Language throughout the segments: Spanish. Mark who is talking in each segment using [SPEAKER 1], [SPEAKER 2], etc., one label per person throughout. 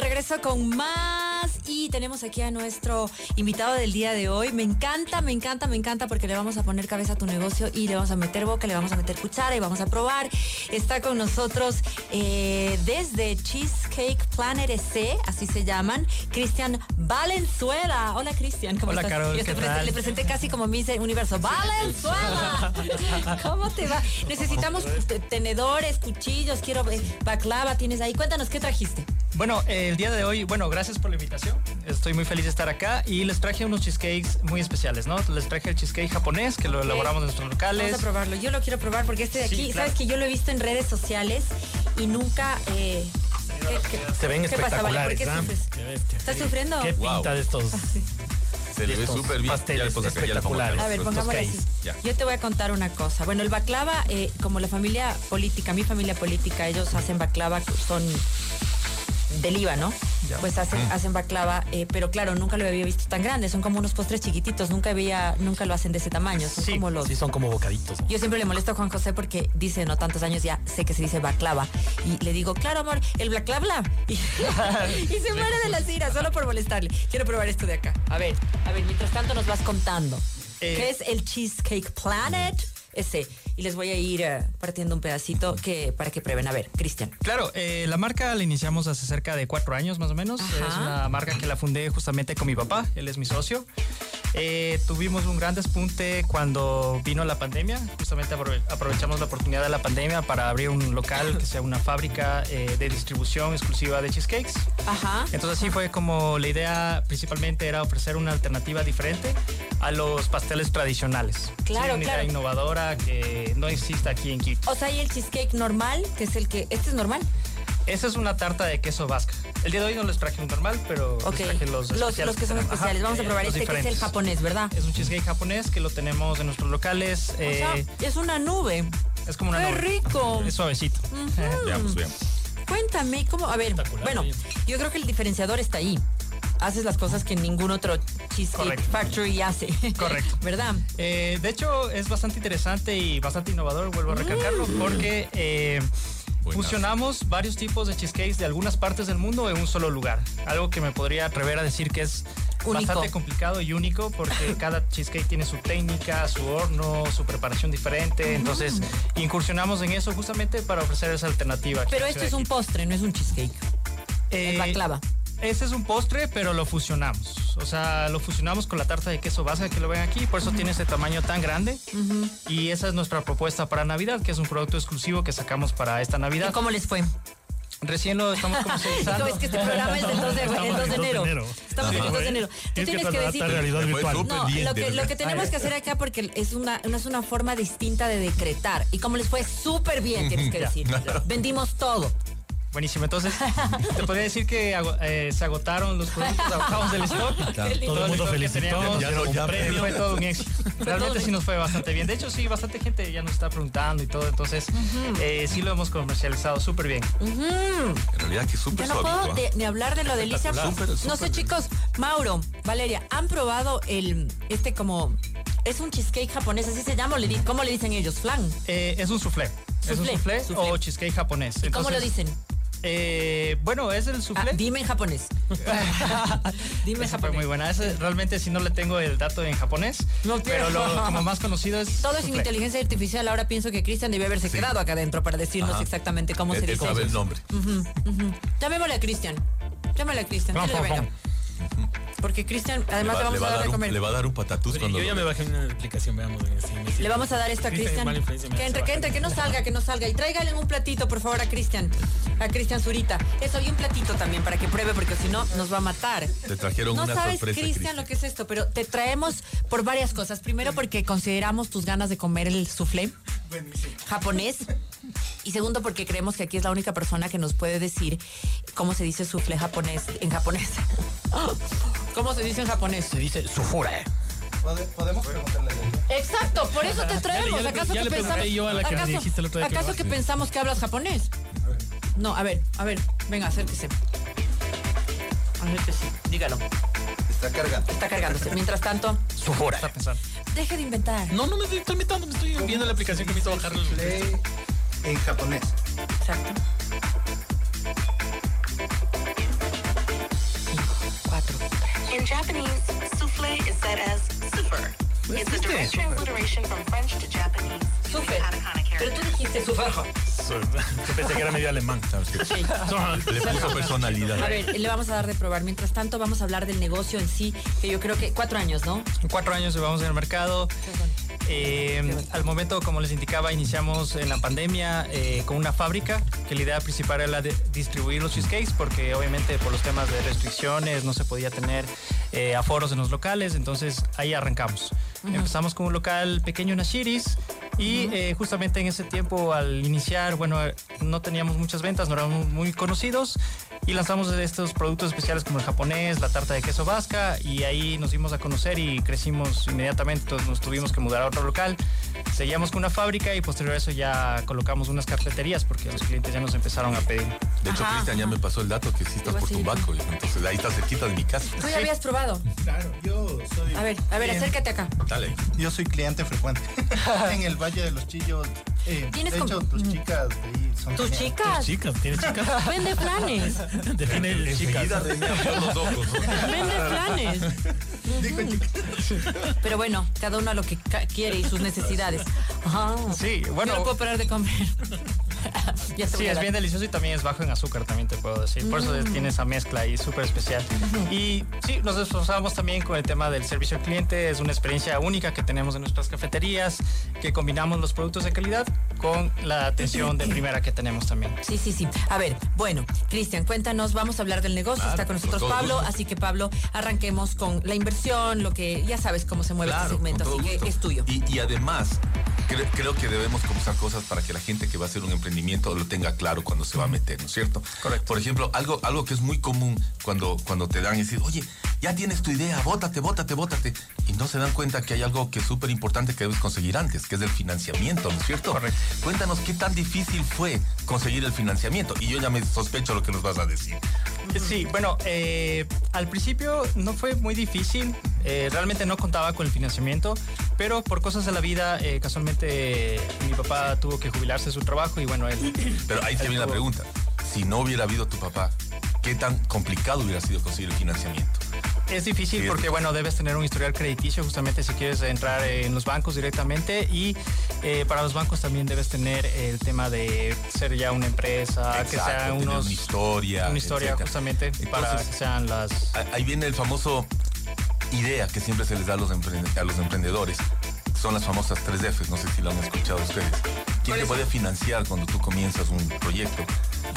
[SPEAKER 1] regreso con más y tenemos aquí a nuestro invitado del día de hoy. Me encanta, me encanta, me encanta porque le vamos a poner cabeza a tu negocio y le vamos a meter boca, le vamos a meter cuchara y vamos a probar. Está con nosotros eh, desde Cheesecake Planet SC, así se llaman, Cristian Valenzuela. Hola Cristian, ¿cómo
[SPEAKER 2] Hola,
[SPEAKER 1] estás?
[SPEAKER 2] Carol,
[SPEAKER 1] Yo te
[SPEAKER 2] ¿qué
[SPEAKER 1] pre-
[SPEAKER 2] tal?
[SPEAKER 1] le presenté casi como Miss Universo. ¡Valenzuela! ¿Cómo te va? Necesitamos te- tenedores, cuchillos, quiero eh, baklava, tienes ahí. Cuéntanos, ¿qué trajiste?
[SPEAKER 2] Bueno, eh, el día de hoy, bueno, gracias por la invitación. Estoy muy feliz de estar acá y les traje unos cheesecakes muy especiales, ¿no? Les traje el cheesecake japonés que lo elaboramos en nuestros locales.
[SPEAKER 1] Vamos a probarlo. Yo lo quiero probar porque este de
[SPEAKER 2] Sí,
[SPEAKER 1] aquí,
[SPEAKER 2] claro.
[SPEAKER 1] sabes que yo lo he visto en redes sociales y nunca. eh, ¿qué- qué-
[SPEAKER 3] Se ven
[SPEAKER 1] qué pasa, Vale? ¿Por
[SPEAKER 3] espectaculares,
[SPEAKER 1] qué
[SPEAKER 3] ¿ah?
[SPEAKER 1] sufres? ¿Estás sufriendo?
[SPEAKER 3] Qué
[SPEAKER 4] Wow.
[SPEAKER 3] pinta de estos.
[SPEAKER 4] Se le ve
[SPEAKER 3] Estos
[SPEAKER 4] súper bien.
[SPEAKER 3] pasteles
[SPEAKER 4] le pongo acá, le pongo acá.
[SPEAKER 3] espectaculares.
[SPEAKER 1] A ver,
[SPEAKER 4] Estos
[SPEAKER 1] pongámoslo así.
[SPEAKER 4] cakes. Ya.
[SPEAKER 1] Yo te voy a contar una cosa. Bueno, el baklava, eh, como la familia política, mi familia política, ellos hacen baklava, son del Líbano.
[SPEAKER 2] Ya.
[SPEAKER 1] Pues hacen, hacen baklava, eh, pero claro, nunca lo había visto tan grande. Son como unos postres chiquititos, nunca había, nunca lo hacen de ese tamaño. Son
[SPEAKER 2] Sí,
[SPEAKER 1] como los.
[SPEAKER 3] Sí, son como bocaditos.
[SPEAKER 1] Yo siempre le molesto a Juan José porque dice, no tantos años ya sé que se dice baklava. Y le digo, claro, amor, el blaklabla. Y, y se muere de las iras, solo por molestarle. Quiero probar esto de acá. A ver, a ver, mientras tanto nos vas contando.
[SPEAKER 2] Eh.
[SPEAKER 1] ¿Qué es el Cheesecake Planet? Ese. Y les voy a ir eh, partiendo un pedacito que, para que prueben. A ver, Cristian.
[SPEAKER 2] Claro, eh, la marca la iniciamos hace cerca de cuatro años más o menos.
[SPEAKER 1] Ajá.
[SPEAKER 2] Es una marca que la fundé justamente con mi papá, él es mi socio. Eh, tuvimos un gran despunte cuando vino la pandemia. Justamente aprove- aprovechamos la oportunidad de la pandemia para abrir un local que sea una fábrica eh, de distribución exclusiva de cheesecakes.
[SPEAKER 1] Ajá.
[SPEAKER 2] Entonces así fue como la idea principalmente era ofrecer una alternativa diferente a los pasteles tradicionales.
[SPEAKER 1] Claro,
[SPEAKER 2] Sí, una
[SPEAKER 1] claro.
[SPEAKER 2] idea innovadora que no existe aquí en Quito.
[SPEAKER 1] O sea, y el cheesecake normal, que es el que... Este es normal.
[SPEAKER 2] Esa es una tarta de queso vasca. El día de hoy no les traje un normal, pero les
[SPEAKER 1] Ok.
[SPEAKER 2] traje
[SPEAKER 1] Los, los,
[SPEAKER 2] los, especiales
[SPEAKER 1] que son
[SPEAKER 2] tenemos. Ajá,
[SPEAKER 1] especiales. Vamos a
[SPEAKER 2] eh,
[SPEAKER 1] probar
[SPEAKER 2] los
[SPEAKER 1] este que es el
[SPEAKER 2] diferentes.
[SPEAKER 1] japonés, ¿verdad?
[SPEAKER 2] Es un cheesecake japonés que lo tenemos en nuestros locales.
[SPEAKER 1] O sea,
[SPEAKER 2] eh,
[SPEAKER 1] es una nube.
[SPEAKER 2] es como una
[SPEAKER 1] ¡Qué
[SPEAKER 2] nube.
[SPEAKER 1] rico!
[SPEAKER 2] Es suavecito.
[SPEAKER 4] pues, Veamos, veamos.
[SPEAKER 1] Cuéntame cómo, a ver,
[SPEAKER 2] Espectacular,
[SPEAKER 1] bueno,
[SPEAKER 2] sí.
[SPEAKER 1] yo creo que el diferenciador está ahí. Haces las cosas que ningún otro Cheesecake
[SPEAKER 2] Correcto.
[SPEAKER 1] Factory hace.
[SPEAKER 2] Correcto.
[SPEAKER 1] ¿Verdad?
[SPEAKER 2] Eh, de hecho, es bastante interesante y bastante innovador, vuelvo a
[SPEAKER 1] Mm.
[SPEAKER 2] recalcarlo, porque eh,
[SPEAKER 4] Buenazo.
[SPEAKER 2] fusionamos varios tipos de cheesecakes de algunas partes del mundo en un solo lugar. Algo que me podría atrever a decir que es
[SPEAKER 1] Único.
[SPEAKER 2] bastante complicado y único porque cada cheesecake tiene su técnica, su horno, su preparación diferente.
[SPEAKER 1] Ah.
[SPEAKER 2] Entonces, incursionamos en eso justamente para ofrecer esa alternativa. aquí en
[SPEAKER 1] Pero
[SPEAKER 2] la
[SPEAKER 1] esto
[SPEAKER 2] ciudad
[SPEAKER 1] es
[SPEAKER 2] de
[SPEAKER 1] un postre, no es un cheesecake.
[SPEAKER 2] eh,
[SPEAKER 1] El baklava.
[SPEAKER 2] Este es un postre, pero lo fusionamos. O sea, lo fusionamos con la tarta de queso vasca que lo ven aquí, por eso tiene ese tamaño tan grande. Y esa es nuestra propuesta para Navidad, que es un producto exclusivo que sacamos para esta
[SPEAKER 1] ¿Y
[SPEAKER 2] Navidad.
[SPEAKER 1] cómo les fue?
[SPEAKER 2] Recién lo estamos comercializando.
[SPEAKER 1] No, es que este programa es del 2 de, el 2 de
[SPEAKER 3] Estamos en el 2 de
[SPEAKER 1] enero.
[SPEAKER 3] enero.
[SPEAKER 1] Estamos en el 2 de enero. Tú tienes que decir...
[SPEAKER 3] a realidad
[SPEAKER 4] Me fue
[SPEAKER 3] virtual.
[SPEAKER 4] súper.
[SPEAKER 1] No, lo
[SPEAKER 4] pendiente,
[SPEAKER 1] que,
[SPEAKER 4] ¿verdad?
[SPEAKER 1] lo que tenemos que hacer acá porque es una, una- es una forma distinta de decretar. Y como les fue súper bien, tienes que decir. Vendimos todo.
[SPEAKER 2] Buenísimo. Entonces, te podría decir que ago- eh, se agotaron los productos, agotamos el stock.
[SPEAKER 3] Todo el mundo
[SPEAKER 2] stock que
[SPEAKER 3] felicitó.
[SPEAKER 2] teníamos.
[SPEAKER 4] Ya no, ya
[SPEAKER 2] Premio, fue todo un éxito.
[SPEAKER 1] todo
[SPEAKER 2] Realmente
[SPEAKER 1] un
[SPEAKER 2] sí nos fue bastante bien. De hecho, sí, bastante gente ya nos está preguntando y todo. Entonces, eh, sí lo hemos comercializado súper bien.
[SPEAKER 4] En realidad que es
[SPEAKER 1] Yo
[SPEAKER 4] súper
[SPEAKER 1] no puedo
[SPEAKER 4] suavito.
[SPEAKER 1] de- ni hablar de lo delicia.
[SPEAKER 4] Pues Espectacular. Súper,
[SPEAKER 1] No sé,
[SPEAKER 4] súper bien.
[SPEAKER 1] chicos, Mauro, Valeria, ¿han probado el este como es un cheesecake japonés, así se llama, o le di- ¿cómo le dicen ellos? Flan.
[SPEAKER 2] Eh, es un soufflé. Es un
[SPEAKER 1] Soufflé,
[SPEAKER 2] soufflé,
[SPEAKER 1] soufflé.
[SPEAKER 2] o cheesecake japonés.
[SPEAKER 1] ¿Y ¿Cómo lo
[SPEAKER 2] Entonces,
[SPEAKER 1] dicen?
[SPEAKER 2] eh, bueno, es el
[SPEAKER 1] Ah,
[SPEAKER 2] soufflé.
[SPEAKER 1] dime en japonés. dime en
[SPEAKER 2] Esa fue
[SPEAKER 1] japonés.
[SPEAKER 2] muy buena. Ese, realmente si no le tengo el dato en japonés,
[SPEAKER 1] No
[SPEAKER 2] pero
[SPEAKER 1] quiero.
[SPEAKER 2] lo como más conocido es
[SPEAKER 1] Todo sin
[SPEAKER 2] soufflé.
[SPEAKER 1] inteligencia artificial. Ahora pienso que Cristian debió haberse quedado acá adentro para decirnos
[SPEAKER 4] Ajá.
[SPEAKER 1] exactamente cómo
[SPEAKER 4] Él-
[SPEAKER 1] se
[SPEAKER 4] Él
[SPEAKER 1] dice.
[SPEAKER 4] sabe el nombre.
[SPEAKER 1] Llamémosle a Cristian. Llámale a Cristian.
[SPEAKER 2] Vamos,
[SPEAKER 1] dile,
[SPEAKER 2] vamos,
[SPEAKER 1] venga. Porque Cristian,
[SPEAKER 4] Le
[SPEAKER 1] además
[SPEAKER 4] va,
[SPEAKER 1] le
[SPEAKER 4] le
[SPEAKER 1] vamos
[SPEAKER 4] va
[SPEAKER 1] a
[SPEAKER 4] a
[SPEAKER 1] dar de
[SPEAKER 4] dar un,
[SPEAKER 1] comer.
[SPEAKER 4] le va a dar un patatús cuando
[SPEAKER 5] Yo ya
[SPEAKER 4] lo
[SPEAKER 5] me
[SPEAKER 4] vea.
[SPEAKER 5] bajé una aplicación, veamos. en sí, me
[SPEAKER 1] Le
[SPEAKER 5] sirve.
[SPEAKER 1] vamos a dar esto
[SPEAKER 5] Cristian
[SPEAKER 1] a
[SPEAKER 5] es
[SPEAKER 1] Cristian.
[SPEAKER 5] mala influencia, me
[SPEAKER 1] Que
[SPEAKER 5] hace
[SPEAKER 1] entre, que
[SPEAKER 5] bajar.
[SPEAKER 1] entre, que no salga, que no salga. Y tráigale en un platito, por favor, a Cristian. A Cristian Zurita. Eso, y un platito también para que pruebe, porque si no, nos va a matar.
[SPEAKER 4] Te trajeron
[SPEAKER 1] no
[SPEAKER 4] una
[SPEAKER 1] sabes,
[SPEAKER 4] sorpresa,
[SPEAKER 1] Cristian,
[SPEAKER 4] Cristian.
[SPEAKER 1] lo que es esto, pero te traemos por varias cosas. Primero, porque consideramos tus ganas de comer el soufflé japonés. Y segundo, porque creemos que aquí es la única persona que nos puede decir cómo se dice soufflé japonés en japonés. ¿Cómo se dice en japonés?
[SPEAKER 3] Se dice sufure.
[SPEAKER 1] Exacto, por eso te traemos.
[SPEAKER 5] Ya le- ya le- ya
[SPEAKER 1] ¿Acaso que
[SPEAKER 5] le pregunté
[SPEAKER 1] pensamos?
[SPEAKER 5] yo a la que me
[SPEAKER 1] ¿acaso,
[SPEAKER 5] dijiste el otro día que
[SPEAKER 1] acaso
[SPEAKER 5] lo
[SPEAKER 1] que pensamos que hablas japonés? No, a ver, a ver, venga, acérquese. Acérquese, dígalo.
[SPEAKER 6] Está cargando.
[SPEAKER 1] Está cargándose. Mientras tanto,
[SPEAKER 3] Sufure.
[SPEAKER 2] Está pensando.
[SPEAKER 1] deje de inventar.
[SPEAKER 5] No, no me estoy inventando, me estoy viendo la aplicación que me hizo bajar el.
[SPEAKER 6] Play en japonés.
[SPEAKER 1] Exacto.
[SPEAKER 6] Japanese, souffle is said as super. It's a direct transliteration from French to Japanese.
[SPEAKER 1] Souffle.
[SPEAKER 6] With Katakana
[SPEAKER 1] Pero tú
[SPEAKER 6] characters.
[SPEAKER 1] dijiste su
[SPEAKER 5] Yo pensé que era medio alemán.
[SPEAKER 4] ¿Sabes qué? Le puso personalidad.
[SPEAKER 1] A ver, le vamos a dar de probar. Mientras tanto, vamos a hablar del negocio en sí, que yo creo que cuatro años, ¿no?
[SPEAKER 2] En cuatro años llevamos en el mercado. Eh, al momento, como les indicaba, iniciamos en la pandemia eh, con una fábrica que la idea principal era la de distribuir los cheesecakes porque obviamente por los temas de restricciones no se podía tener eh, aforos en los locales, entonces ahí arrancamos. Empezamos con un local pequeño en Ashiris y eh, justamente en ese tiempo al iniciar, bueno, eh, no teníamos muchas ventas, no éramos muy conocidos y lanzamos estos productos especiales como el japonés, la tarta de queso vasca y ahí nos dimos a conocer y crecimos inmediatamente, entonces nos tuvimos que mudar a otro local, seguíamos con una fábrica y posterior a eso ya colocamos unas cafeterías porque los clientes ya nos empezaron a pedir.
[SPEAKER 4] De hecho,
[SPEAKER 1] Ajá,
[SPEAKER 4] Cristian ya
[SPEAKER 1] ajá.
[SPEAKER 4] me pasó el dato que sí estás
[SPEAKER 1] Iba a
[SPEAKER 4] por
[SPEAKER 1] seguir.
[SPEAKER 4] Tumbaco. y Entonces ahí estás cerquita de mi casa.
[SPEAKER 1] Tú ya habías probado.
[SPEAKER 7] Claro, yo soy.
[SPEAKER 1] A ver, a ver,
[SPEAKER 7] Bien.
[SPEAKER 1] acércate acá.
[SPEAKER 4] Dale.
[SPEAKER 7] Yo soy cliente frecuente. en el Valle de los Chillos. eh,
[SPEAKER 1] ¿Tienes
[SPEAKER 7] de
[SPEAKER 1] con-
[SPEAKER 7] hecho, tus chicas de ahí son.
[SPEAKER 1] Tus
[SPEAKER 7] geniales.
[SPEAKER 1] chicas,
[SPEAKER 5] Chicas, ¿tienes chicas?
[SPEAKER 1] vende planes,
[SPEAKER 5] Define el chicas.
[SPEAKER 4] Enseguida tenía los ojos.
[SPEAKER 1] vende planes.
[SPEAKER 7] Digo, chicas.
[SPEAKER 1] Pero bueno, cada uno a lo que ca- quiere y sus necesidades. Ajá.
[SPEAKER 2] Sí,
[SPEAKER 1] Yo no
[SPEAKER 2] bueno,
[SPEAKER 1] puedo parar de comer. ya se
[SPEAKER 2] Sí, es bien delicioso y también es bajo en azúcar, también te puedo decir. Por eso
[SPEAKER 1] Mm.
[SPEAKER 2] tiene esa mezcla ahí súper especial. Y sí, nos esforzamos también con el tema del servicio al cliente. Es una experiencia única que tenemos en nuestras cafeterías, que combinamos los productos de calidad con la atención de primera que tenemos también.
[SPEAKER 1] Sí, sí, sí. A ver, bueno, Cristian, cuéntanos, vamos a hablar del negocio.
[SPEAKER 4] Claro,
[SPEAKER 1] Está con nosotros
[SPEAKER 4] con todo
[SPEAKER 1] Pablo,
[SPEAKER 4] gusto.
[SPEAKER 1] así que Pablo, arranquemos con la inversión, lo que ya sabes cómo se mueve este
[SPEAKER 4] Claro,
[SPEAKER 1] segmento,
[SPEAKER 4] con todo
[SPEAKER 1] así que
[SPEAKER 4] gusto.
[SPEAKER 1] es tuyo.
[SPEAKER 4] Y, y además, cre- creo que debemos comenzar cosas para que la gente que va a hacer un emprendimiento lo tenga claro cuando se va a meter, ¿no es cierto? Correcto. Por ejemplo, algo, algo que es muy común cuando, cuando te dan y dicen, oye, ya tienes tu idea, bótate, bótate, bótate. Y no se dan cuenta que hay algo que es súper importante que debes conseguir antes, que es el financiamiento, ¿no es cierto? Correcto. Cuéntanos qué tan difícil fue conseguir el financiamiento. Y yo ya me sospecho lo que nos vas a decir.
[SPEAKER 2] Sí, bueno, eh, al principio no fue muy difícil, eh, realmente no contaba con el financiamiento, pero por cosas de la vida, eh, casualmente eh, mi papá tuvo que jubilarse de su trabajo y bueno, él
[SPEAKER 4] Pero ahí te viene la pregunta. Si no hubiera habido tu papá, ¿qué tan complicado hubiera sido conseguir el financiamiento?
[SPEAKER 2] Es difícil
[SPEAKER 4] Sí, es-
[SPEAKER 2] porque, bueno, debes tener un historial crediticio justamente si quieres entrar eh, en los bancos directamente y eh, para los bancos también debes tener el tema de ser ya una empresa, que
[SPEAKER 4] Exacto,
[SPEAKER 2] sea
[SPEAKER 4] tener
[SPEAKER 2] unos,
[SPEAKER 4] una historia.
[SPEAKER 2] una historia
[SPEAKER 4] etcétera.
[SPEAKER 2] justamente para
[SPEAKER 4] Entonces,
[SPEAKER 2] que sean las...
[SPEAKER 4] a- Ahí viene el famoso idea que siempre se les da a los, emprende- a los emprendedores. Son las famosas 3 Fs, no sé si la han escuchado ustedes. ¿Quién te puede financiar cuando tú comienzas un proyecto?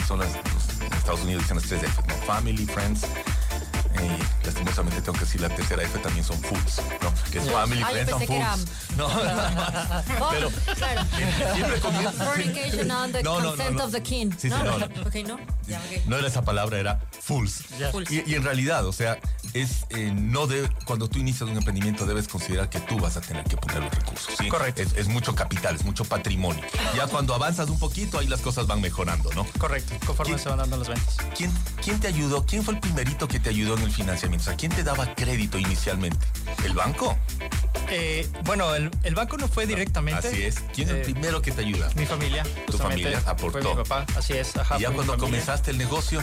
[SPEAKER 4] Son las, los- en Estados Unidos dicen las 3 Fs, ¿no? Family, friends. eh, lastimosamente tengo que decir la tercera F también son foods, ¿no? Que es family,
[SPEAKER 1] Ah, yo
[SPEAKER 4] friends and
[SPEAKER 1] pensé que era-
[SPEAKER 4] foods. No,
[SPEAKER 1] Oh,
[SPEAKER 4] pero
[SPEAKER 1] claro.
[SPEAKER 4] siempre comienza-
[SPEAKER 1] Fornication on the
[SPEAKER 4] No, no, no,
[SPEAKER 1] consent
[SPEAKER 4] no.
[SPEAKER 1] of the king.
[SPEAKER 4] Sí, sí, no, no.
[SPEAKER 1] Ok, ¿no? Ya, ok.
[SPEAKER 4] No era esa palabra, era fools.
[SPEAKER 1] Fools.
[SPEAKER 4] Y, y en realidad, o sea, es eh, no de cuando tú inicias un emprendimiento debes considerar que tú vas a tener que poner los recursos. ¿sí?
[SPEAKER 2] Correcto.
[SPEAKER 4] Es, es mucho capital, es mucho patrimonio. Ya cuando avanzas un poquito, ahí las cosas van mejorando, ¿no?
[SPEAKER 2] Correcto, conforme
[SPEAKER 4] ah, ¿Quién-
[SPEAKER 2] se van dando las ventas.
[SPEAKER 4] ¿Quién, ¿Quién te ayudó? ¿Quién fue el primerito que te ayudó en el financiamiento? O sea, ¿quién te daba crédito inicialmente? ¿El banco?
[SPEAKER 2] Eh, bueno, el, el banco no fue directamente...
[SPEAKER 4] Ah, Así es. ¿Quién es el
[SPEAKER 2] Eh,
[SPEAKER 4] primero que te ayuda?
[SPEAKER 2] Mi familia,
[SPEAKER 4] Tu
[SPEAKER 2] justamente,
[SPEAKER 4] familia aportó.
[SPEAKER 2] Fue mi papá, así es. Ajá,
[SPEAKER 4] Y ya
[SPEAKER 2] fue mi
[SPEAKER 4] cuando
[SPEAKER 2] familia.
[SPEAKER 4] comenzaste el negocio,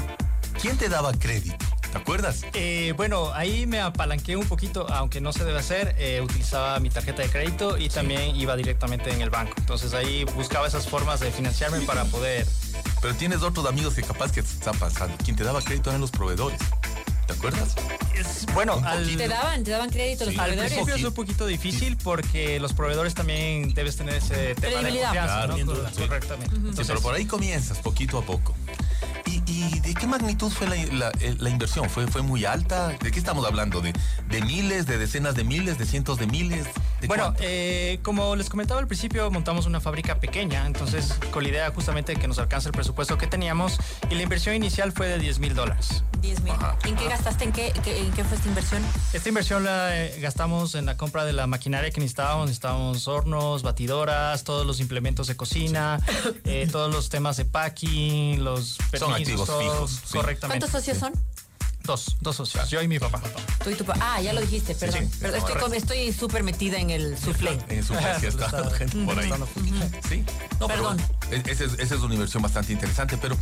[SPEAKER 4] ¿quién te daba crédito? ¿Te acuerdas?
[SPEAKER 2] Eh, bueno, ahí me apalanqué un poquito, aunque no se debe hacer. eh, utilizaba mi tarjeta de crédito y también iba directamente en el banco. Entonces ahí buscaba esas formas de financiarme para poder.
[SPEAKER 4] Pero tienes otros amigos que capaz que te están pasando. Quien te daba crédito eran los proveedores. ¿Te acuerdas?
[SPEAKER 2] Bueno,
[SPEAKER 4] Un
[SPEAKER 2] al,
[SPEAKER 4] poquito.
[SPEAKER 1] Te daban, te daban crédito los
[SPEAKER 4] Sí,
[SPEAKER 2] al
[SPEAKER 1] proveedores.
[SPEAKER 2] principio es un poquito difícil porque los proveedores también debes tener ese tema de
[SPEAKER 1] Credibilidad.
[SPEAKER 2] confianza,
[SPEAKER 4] Claro,
[SPEAKER 2] ¿no?
[SPEAKER 4] sin
[SPEAKER 5] duda.
[SPEAKER 2] Correctamente.
[SPEAKER 4] Sí,
[SPEAKER 2] Entonces,
[SPEAKER 4] pero por ahí comienzas, poquito a poco. ¿Y, y de qué magnitud fue la, la- eh, la inversión? ¿Fue, ¿Fue muy alta? ¿De qué estamos hablando? ¿De, de miles, de decenas de miles, de cientos de miles? ¿De
[SPEAKER 2] Bueno,
[SPEAKER 4] cuánto?
[SPEAKER 2] eh, como les comentaba al principio, montamos una fábrica pequeña, entonces con la idea justamente de que nos alcance el presupuesto que teníamos y la inversión inicial fue de 10 mil dólares.
[SPEAKER 1] 10 mil.
[SPEAKER 4] Ajá,
[SPEAKER 1] ¿En qué gastaste? ¿En qué, qué- en qué fue esta inversión?
[SPEAKER 2] Esta inversión la eh, gastamos en la compra de la maquinaria que necesitábamos. Necesitábamos hornos, batidoras, todos los implementos de cocina, eh, todos los temas de packing, los permisos.
[SPEAKER 4] activos
[SPEAKER 2] todo
[SPEAKER 4] fijos, sí.
[SPEAKER 2] Correctamente.
[SPEAKER 1] ¿Cuántos socios son?
[SPEAKER 2] Dos, dos socios. Yo y mi papá.
[SPEAKER 1] Tú y tu papá. Ah, ya lo dijiste, perdón.
[SPEAKER 4] sí,
[SPEAKER 1] Pero estoy con- estoy súper metida en el soufflé.
[SPEAKER 4] En su gracia está gente por ahí. Sí. No, pero
[SPEAKER 1] Perdón.
[SPEAKER 4] bueno, e- ese es- Esa es, una inversión bastante interesante, pero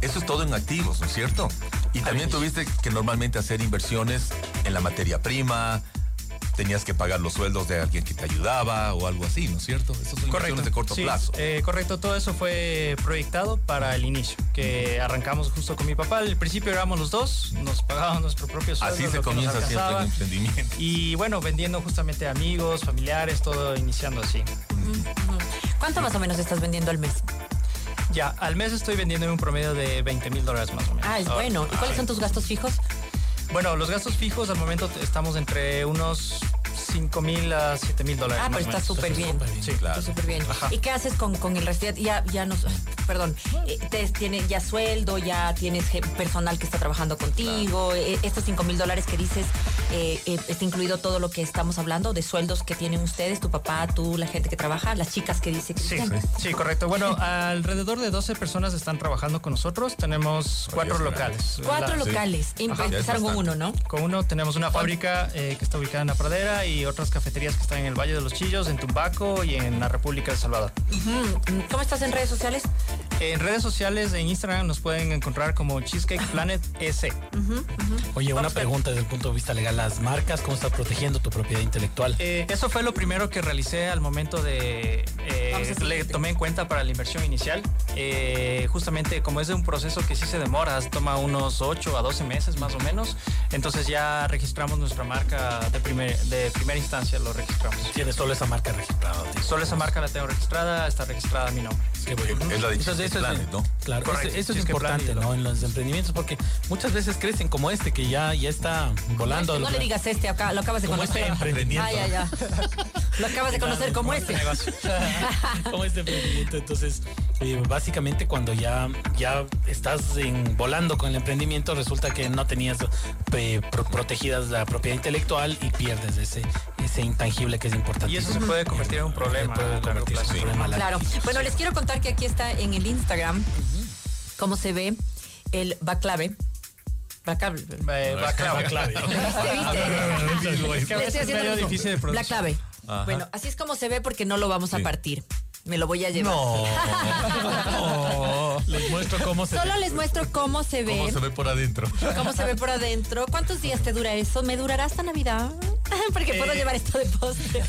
[SPEAKER 4] eso es todo en activos, ¿no es cierto? Y también tuviste que normalmente hacer inversiones en en la materia prima, tenías que pagar los sueldos de alguien que te ayudaba o algo así, ¿no es cierto? Esas son inversiones de corto
[SPEAKER 2] sí,
[SPEAKER 4] plazo.
[SPEAKER 2] eh, correcto, todo eso fue proyectado para el inicio, que arrancamos justo con mi papá. Al principio éramos los dos, nos pagábamos nuestro propio sueldo.
[SPEAKER 4] así
[SPEAKER 2] lo que
[SPEAKER 4] se
[SPEAKER 2] nos
[SPEAKER 4] comienza siempre
[SPEAKER 2] alcanzaba.
[SPEAKER 4] un emprendimiento.
[SPEAKER 2] Y bueno, vendiendo justamente a amigos, familiares, todo iniciando así.
[SPEAKER 1] ¿Cuánto más o menos estás vendiendo al mes?
[SPEAKER 2] Ya, al mes estoy vendiendo en un promedio de 20 mil dólares más o menos.
[SPEAKER 1] Ah, es
[SPEAKER 2] Ahora.
[SPEAKER 1] bueno. ¿Y cuáles son tus gastos fijos?
[SPEAKER 2] Bueno, los gastos fijos al momento t- estamos entre unos 5 mil a 7 mil dólares.
[SPEAKER 1] Ah, pero
[SPEAKER 2] más o
[SPEAKER 1] está súper
[SPEAKER 2] menos.
[SPEAKER 1] bien.
[SPEAKER 4] Sí, claro.
[SPEAKER 1] Está súper bien.
[SPEAKER 2] Ajá.
[SPEAKER 1] ¿Y qué haces con, con el resto? Ya- Ya, ya nos, perdón, eh, te- tienes ya sueldo, ya tienes je- personal que está trabajando contigo. eh, Estos 5 mil dólares que dices, eh, eh, está incluido todo lo que estamos hablando de sueldos que tienen ustedes, tu papá, tú, la gente que trabaja, las chicas que dice que
[SPEAKER 2] Sí,
[SPEAKER 1] Cristian.
[SPEAKER 2] sí, correcto. Bueno, alrededor de 12 personas están trabajando con nosotros. Tenemos cuatro
[SPEAKER 4] Dios,
[SPEAKER 2] locales.
[SPEAKER 1] Cuatro
[SPEAKER 2] La-
[SPEAKER 1] locales. Em-
[SPEAKER 4] Ajá.
[SPEAKER 1] Empezaron con uno, ¿no?
[SPEAKER 2] Con uno tenemos una fábrica eh, que está ubicada en la pradera y otras cafeterías que están en el Valle de los Chillos, en Tumbaco y en la República del Salvador.
[SPEAKER 1] Ujú. ¿Cómo estás en redes sociales?
[SPEAKER 2] En redes sociales, en Instagram, nos pueden encontrar como Cheesecake Planet S.
[SPEAKER 3] Oye, una pregunta desde el punto de vista legal. ¿Las marcas cómo estás protegiendo tu propiedad intelectual?
[SPEAKER 2] Eh, eso fue lo primero que realicé al momento de... eh,
[SPEAKER 1] Vamos al
[SPEAKER 2] le
[SPEAKER 1] siguiente.
[SPEAKER 2] tomé en cuenta para la inversión inicial. Eh, justamente como es de un proceso que sí se demora, toma unos 8 a 12 meses más o menos. Entonces ya registramos nuestra marca de, primer- de primera instancia, lo registramos.
[SPEAKER 3] Tienes solo esa marca registrada. tío.
[SPEAKER 2] Solo esa marca la tengo registrada, está registrada mi nombre.
[SPEAKER 3] Qué bueno.
[SPEAKER 4] Es la de
[SPEAKER 3] Entonces, eso es-
[SPEAKER 4] Planet, ¿no?
[SPEAKER 3] Claro,
[SPEAKER 2] Correcto.
[SPEAKER 3] eso, eso es
[SPEAKER 2] Cheesecake
[SPEAKER 3] importante,
[SPEAKER 2] Planet.
[SPEAKER 3] ¿no? En los emprendimientos, porque muchas veces crecen como este, que ya, ya está volando.
[SPEAKER 1] No le digas este, acá lo acabas de
[SPEAKER 3] como este
[SPEAKER 1] conocer.
[SPEAKER 3] emprendimiento.
[SPEAKER 1] Ay, ay, ay. Lo acabas de conocer como este.
[SPEAKER 3] como este emprendimiento. Entonces, eh, básicamente cuando ya, ya estás en- volando con el emprendimiento, resulta que no tenías eh, pro- protegidas la propiedad intelectual y pierdes ese, ese intangible que es importante.
[SPEAKER 2] Y eso se puede convertir en un problema a
[SPEAKER 3] Puede
[SPEAKER 2] largo
[SPEAKER 3] convertirse en
[SPEAKER 2] plazo.
[SPEAKER 3] un problema a largo
[SPEAKER 1] Claro.
[SPEAKER 3] plazo.
[SPEAKER 1] Bueno, les quiero contar que aquí está en el Instagram cómo se ve el baclave. Baclave.
[SPEAKER 2] Eh, va clave. Es que a
[SPEAKER 1] Le
[SPEAKER 2] veces
[SPEAKER 1] estoy
[SPEAKER 2] es
[SPEAKER 1] haciendo
[SPEAKER 2] medio
[SPEAKER 1] lo mismo.
[SPEAKER 2] difícil de
[SPEAKER 1] La
[SPEAKER 2] producir.
[SPEAKER 1] clave. Bueno, así es como se ve porque no lo vamos a
[SPEAKER 4] Sí.
[SPEAKER 1] partir. Me lo voy a llevar.
[SPEAKER 4] No.
[SPEAKER 3] Les muestro cómo se
[SPEAKER 1] Solo les muestro cómo se ve,
[SPEAKER 4] ¿Cómo se ve por adentro?
[SPEAKER 1] cómo se ve por adentro. ¿Cuántos días te dura eso? ¿Me durará hasta Navidad? Porque puedo
[SPEAKER 2] Eh.
[SPEAKER 1] llevar esto de postre.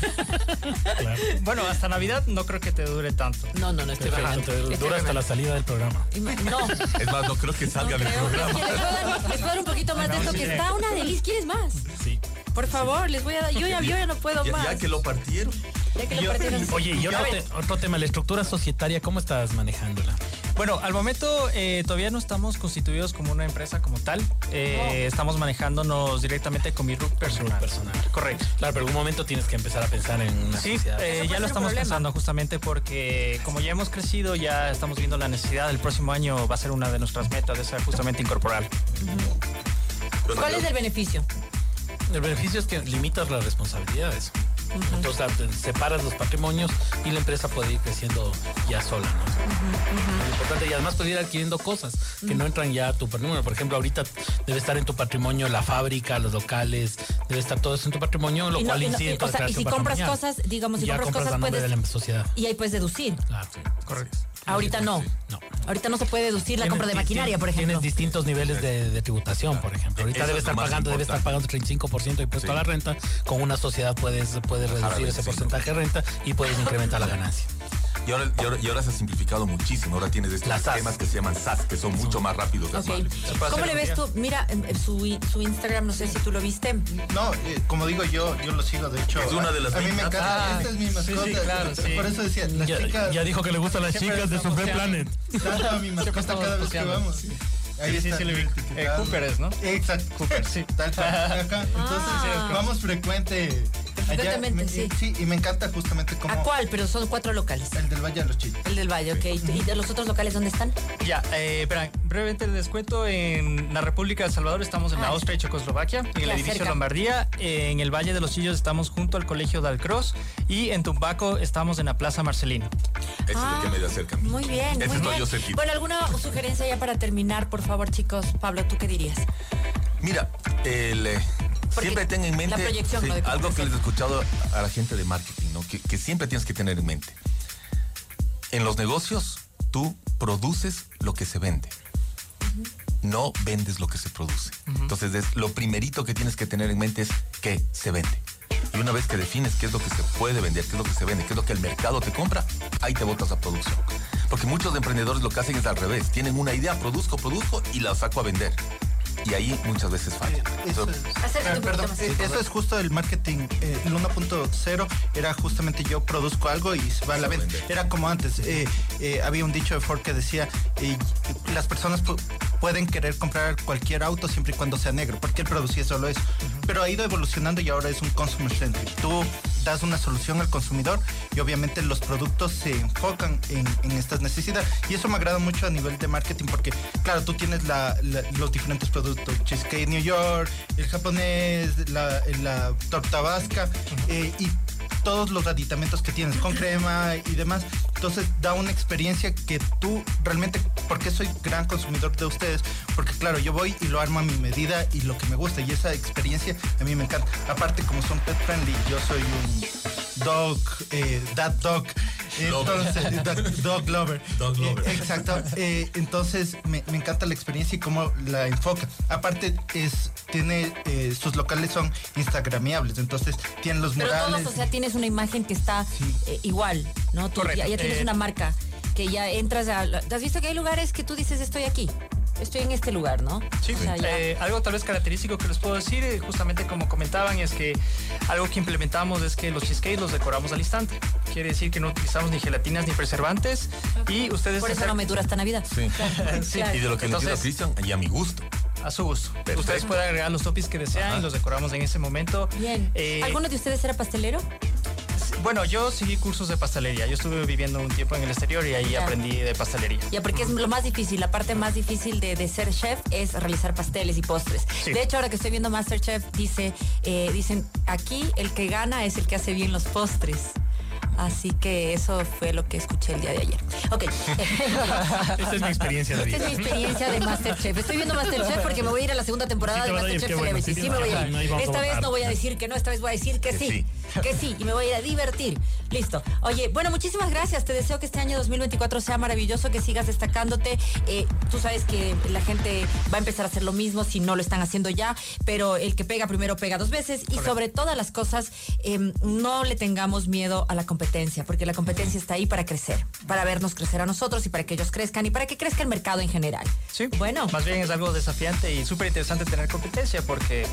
[SPEAKER 2] Bueno, hasta Navidad no creo que te dure tanto.
[SPEAKER 1] No, no, no estoy Este, relajando.
[SPEAKER 3] Perfecto,
[SPEAKER 1] Estoy
[SPEAKER 3] dura hasta la salida del programa.
[SPEAKER 1] relajando. No,
[SPEAKER 4] Es más, no creo que salga del
[SPEAKER 1] creo que
[SPEAKER 4] programa.
[SPEAKER 1] les puedo dar- les puedo dar un poquito más de esto que está una delicia. ¿Quieres más?
[SPEAKER 3] Sí.
[SPEAKER 1] Por favor, les voy a dar. Yo ya, yo ya no puedo
[SPEAKER 4] Ya-
[SPEAKER 1] más.
[SPEAKER 4] ya que lo partieron.
[SPEAKER 1] Ya que lo partieron.
[SPEAKER 3] Oye, y otro, te- otro tema, la estructura societaria, ¿cómo estás manejándola?
[SPEAKER 2] Bueno, al momento eh, todavía no estamos constituidos como una empresa como tal. Eh, Estamos manejándonos directamente con mi RUC personal.
[SPEAKER 3] personal.
[SPEAKER 2] Correcto.
[SPEAKER 3] Claro, pero algún momento tienes que empezar a pensar en una
[SPEAKER 2] Sí,
[SPEAKER 3] sociedad.
[SPEAKER 2] eh,
[SPEAKER 1] puede
[SPEAKER 2] ya
[SPEAKER 1] ser un
[SPEAKER 2] lo estamos
[SPEAKER 1] problema.
[SPEAKER 2] pensando justamente porque como ya hemos crecido, ya estamos viendo la necesidad. El próximo año va a ser una de nuestras metas, de ser justamente incorporar.
[SPEAKER 3] pues,
[SPEAKER 1] ¿Cuál es el beneficio?
[SPEAKER 3] El beneficio es que limitas las responsabilidades. Entonces ah, te- separas los patrimonios y la empresa puede ir creciendo ya sola, ¿no? Lo importante, y además puede ir adquiriendo cosas que no entran ya a tu patrimonio. Por ejemplo, ahorita debe estar en tu patrimonio la fábrica, los locales, debe estar todo eso en tu patrimonio, lo
[SPEAKER 1] Y no-
[SPEAKER 3] cual
[SPEAKER 1] y no-
[SPEAKER 3] incide en
[SPEAKER 1] y-
[SPEAKER 3] tu
[SPEAKER 1] o sea, y
[SPEAKER 3] declaración
[SPEAKER 1] si compras
[SPEAKER 3] patrimonial.
[SPEAKER 1] cosas, digamos, si
[SPEAKER 3] Ya
[SPEAKER 1] compras
[SPEAKER 3] compras
[SPEAKER 1] cosas,
[SPEAKER 3] a nombre em-
[SPEAKER 1] puedes-
[SPEAKER 3] de la sociedad.
[SPEAKER 1] Y ahí puedes deducir.
[SPEAKER 3] Claro.
[SPEAKER 2] Correcto.
[SPEAKER 3] Ah,
[SPEAKER 1] Ahorita no.
[SPEAKER 3] No.
[SPEAKER 1] Ahorita no se puede deducir la compra de
[SPEAKER 3] Tienes
[SPEAKER 1] maquinaria,
[SPEAKER 3] distin-
[SPEAKER 1] por ejemplo.
[SPEAKER 3] Tienes distintos niveles de, de tributación, por ejemplo. Ahorita
[SPEAKER 4] Eso
[SPEAKER 3] debe
[SPEAKER 4] es lo
[SPEAKER 3] estar
[SPEAKER 4] más
[SPEAKER 3] pagando, debe estar pagando 35% de impuesto
[SPEAKER 4] Sí.
[SPEAKER 3] a la renta. Con una sociedad puedes, puedes
[SPEAKER 4] Bajar a
[SPEAKER 3] reducir ese
[SPEAKER 4] 25.
[SPEAKER 3] porcentaje de renta y puedes incrementar la ganancia.
[SPEAKER 4] Y ahora, y ahora- y ahora se ha simplificado muchísimo. Ahora tienes estos
[SPEAKER 3] Las SAS.
[SPEAKER 4] sistemas que se llaman SAS, que son mucho más rápidos. de
[SPEAKER 1] Ok.
[SPEAKER 4] armar.
[SPEAKER 1] ¿Cómo le ves tú? Mira eh, su, su Instagram, no sé si tú lo viste.
[SPEAKER 7] No, eh, como digo yo, yo lo sigo, de hecho.
[SPEAKER 4] Es una de las
[SPEAKER 7] A mí me
[SPEAKER 4] veintitantas.
[SPEAKER 7] encanta. Esta es mi mascota.
[SPEAKER 2] sí, claro, sí.
[SPEAKER 7] Por eso decía, las
[SPEAKER 3] Ya,
[SPEAKER 7] chicas.
[SPEAKER 3] ya dijo que le gustan las
[SPEAKER 2] Siempre
[SPEAKER 3] chicas de
[SPEAKER 2] están
[SPEAKER 3] Super
[SPEAKER 2] posteando.
[SPEAKER 3] Planet.
[SPEAKER 7] Trata a mi mascota
[SPEAKER 2] estamos
[SPEAKER 7] cada vez que
[SPEAKER 2] paseando.
[SPEAKER 7] vamos.
[SPEAKER 2] Sí, sí, sí, le vi.
[SPEAKER 7] el
[SPEAKER 2] Eh,
[SPEAKER 7] etiquetado.
[SPEAKER 2] Cooper es, ¿no?
[SPEAKER 7] Exacto, Cooper, sí, tal cual. Acá, entonces,
[SPEAKER 1] Ah.
[SPEAKER 7] vamos frecuente. allá.
[SPEAKER 1] Frecuentemente,
[SPEAKER 7] Me-
[SPEAKER 1] sí.
[SPEAKER 7] y me encanta justamente como
[SPEAKER 1] ¿A cuál? Pero son cuatro locales.
[SPEAKER 7] el del Valle de los Chillos.
[SPEAKER 1] El del Valle, ok. ¿Y de los otros locales dónde están?
[SPEAKER 2] Ya, eh, verán, brevemente les cuento, en la República del Salvador estamos en
[SPEAKER 1] Ah.
[SPEAKER 2] la Austria y Checoslovaquia, en el
[SPEAKER 1] Ya,
[SPEAKER 2] edificio
[SPEAKER 1] cerca.
[SPEAKER 2] Lombardía, en el Valle de los Chillos estamos junto al Colegio Dalcross y en Tumbaco estamos en la Plaza Marcelino.
[SPEAKER 4] Ese
[SPEAKER 1] Ah,
[SPEAKER 4] es el que me dio cerca. a mí.
[SPEAKER 1] Muy bien,
[SPEAKER 4] Ese
[SPEAKER 1] muy
[SPEAKER 4] estoy
[SPEAKER 1] bien.
[SPEAKER 4] yo cerquita.
[SPEAKER 1] Bueno, ¿alguna sugerencia ya para terminar, por favor, chicos? Pablo, ¿tú qué dirías?
[SPEAKER 4] Mira, el, eh,
[SPEAKER 1] Porque
[SPEAKER 4] siempre ten en
[SPEAKER 1] la
[SPEAKER 4] mente
[SPEAKER 1] proyección,
[SPEAKER 4] sí,
[SPEAKER 1] lo de cómo
[SPEAKER 4] algo que
[SPEAKER 1] crecer.
[SPEAKER 4] les he escuchado a la gente de marketing, ¿no? que, que siempre tienes que tener en mente. En los negocios, tú produces lo que se vende. no vendes lo que se produce. Entonces, es, lo primerito que tienes que tener en mente es que se vende. Y una vez que defines qué es lo que se puede vender, qué es lo que se vende, qué es lo que el mercado te compra, ahí te botas a producción. Porque muchos emprendedores lo que hacen es al revés. Tienen una idea, produzco, produzco y la saco a vender. Y ahí muchas veces
[SPEAKER 7] Ah,
[SPEAKER 4] falla.
[SPEAKER 7] Eh, Eso
[SPEAKER 4] Entonces,
[SPEAKER 7] es-
[SPEAKER 1] Acércate un poquito
[SPEAKER 7] Perdón,
[SPEAKER 1] más.
[SPEAKER 7] eh, eso es justo el marketing. eh, el 1.0 era justamente yo produzco algo y se va a la venta. Era como antes. eh, eh, había un dicho de Ford que decía, eh, las personas pu- pueden querer comprar cualquier auto siempre y cuando sea negro, porque él producía solo eso. Pero ha ido evolucionando y ahora es un consumer centric. Tú das una solución al consumidor y obviamente los productos se enfocan en, en estas necesidades. Y eso me agrada mucho a nivel de marketing porque, claro, tú tienes la- la- los diferentes productos, cheesecake New York, el japonés, la, la torta vasca eh, y todos los aditamentos que tienes con crema y demás. Entonces da una experiencia que tú realmente, porque soy gran consumidor de ustedes, porque claro, yo voy y lo armo a mi medida y lo que me gusta y esa experiencia a mí me encanta. Aparte como son pet friendly, yo soy un dog, eh, dad dog, entonces eh, dad- dog lover.
[SPEAKER 4] Dog
[SPEAKER 7] Eh,
[SPEAKER 4] lover.
[SPEAKER 7] Exacto. Eh, entonces me, me encanta la experiencia y cómo la enfoca. Aparte es tiene eh, sus locales son instagramiables, entonces tienen los
[SPEAKER 1] Pero
[SPEAKER 7] murales.
[SPEAKER 1] todos, o sea, tienes una imagen que está eh, igual, ¿no? Tú
[SPEAKER 2] Correcto.
[SPEAKER 1] ya, ya tienes
[SPEAKER 2] Eh,
[SPEAKER 1] una marca que ya entras a... la- ¿Te has visto que hay lugares que tú dices, estoy aquí? Estoy en este lugar, ¿no?
[SPEAKER 2] Sí,
[SPEAKER 1] O sea, ya.
[SPEAKER 2] eh, algo tal vez característico que les puedo decir, eh, justamente como comentaban, es que algo que implementamos es que los cheesecakes los decoramos al instante. Quiere decir que no utilizamos ni gelatinas ni preservantes y ustedes...
[SPEAKER 1] Por
[SPEAKER 2] se
[SPEAKER 1] eso no
[SPEAKER 2] acer-
[SPEAKER 1] me dura hasta Navidad.
[SPEAKER 4] sí.
[SPEAKER 2] Sí,
[SPEAKER 1] Claro.
[SPEAKER 4] Y de lo que
[SPEAKER 2] Entonces-
[SPEAKER 4] le pido a Cristian, y a mi gusto.
[SPEAKER 2] a su gusto.
[SPEAKER 4] Perfecto.
[SPEAKER 2] Ustedes pueden agregar los toppings que desean
[SPEAKER 4] Ajá.
[SPEAKER 2] y los decoramos en ese momento.
[SPEAKER 1] Bien.
[SPEAKER 2] Eh,
[SPEAKER 1] ¿Alguno de ustedes era pastelero?
[SPEAKER 2] Bueno, yo seguí cursos de pastelería. Yo estuve viviendo un tiempo en el exterior y ahí
[SPEAKER 1] Ya.
[SPEAKER 2] aprendí de pastelería.
[SPEAKER 1] Ya, porque es lo más difícil, la parte más difícil de, de ser chef es realizar pasteles y postres.
[SPEAKER 2] Sí.
[SPEAKER 1] De hecho, ahora que estoy viendo Masterchef, dice, eh, dicen, aquí el que gana es el que hace bien los postres. Así que eso fue lo que escuché el día de ayer. Ok.
[SPEAKER 5] Esta es mi experiencia de
[SPEAKER 1] Esta
[SPEAKER 5] vida.
[SPEAKER 1] es mi experiencia de Masterchef. Estoy viendo Masterchef porque me voy a ir a la segunda temporada
[SPEAKER 5] Sí te
[SPEAKER 1] de
[SPEAKER 5] vas a ir,
[SPEAKER 1] Masterchef
[SPEAKER 5] qué bueno, sí,
[SPEAKER 1] Celebrity.
[SPEAKER 5] te
[SPEAKER 1] Sí, me
[SPEAKER 5] vas a ir.
[SPEAKER 1] voy a
[SPEAKER 5] No, ahí
[SPEAKER 1] ir.
[SPEAKER 5] vamos a
[SPEAKER 1] Esta vez
[SPEAKER 5] votar.
[SPEAKER 1] no voy a decir que no, esta vez voy a decir que,
[SPEAKER 4] Que
[SPEAKER 1] sí. Que sí, y me voy a ir a divertir. Listo. Oye, bueno, muchísimas gracias. Te deseo que este año 2024 sea maravilloso, que sigas destacándote. Eh, tú sabes que la gente va a empezar a hacer lo mismo si no lo están haciendo ya, pero el que pega primero pega dos veces. Y sobre todas las cosas, em, no le tengamos miedo a la competencia, porque la competencia está ahí para crecer, para vernos crecer a nosotros y para que ellos crezcan y para que crezca el mercado en general.
[SPEAKER 2] Sí.
[SPEAKER 1] Bueno.
[SPEAKER 2] Más bien es algo desafiante y súper interesante tener competencia porque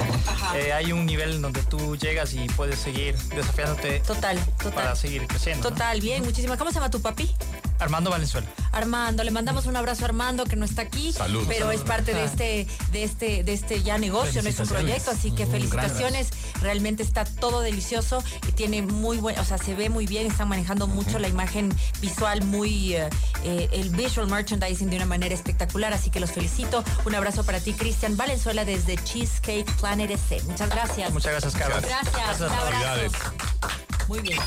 [SPEAKER 2] eh, hay un nivel en donde tú llegas y puedes seguir desafiándote
[SPEAKER 1] Total, total.
[SPEAKER 2] para seguir creciendo. ¿no?
[SPEAKER 1] Total, bien, muchísimas. ¿Cómo se llama tu papi?
[SPEAKER 2] Armando Valenzuela.
[SPEAKER 1] Armando, le mandamos un abrazo a Armando que no está aquí,
[SPEAKER 4] Salud.
[SPEAKER 1] pero es parte de este, de este, de este ya negocio, no es un
[SPEAKER 3] Felicitaciones.
[SPEAKER 1] proyecto, así que
[SPEAKER 3] Un gran
[SPEAKER 1] felicitaciones. Realmente está todo delicioso y tiene muy buen, o sea, se ve muy bien, están manejando mucho la imagen visual, muy eh, eh, el visual merchandising de una manera espectacular, así que los felicito. Un abrazo para ti, Cristian Valenzuela desde Cheesecake Planet SC. Muchas gracias.
[SPEAKER 2] Muchas gracias, Carlos.
[SPEAKER 1] Gracias. Un abrazo.
[SPEAKER 4] Felicidades.
[SPEAKER 1] Muy bien.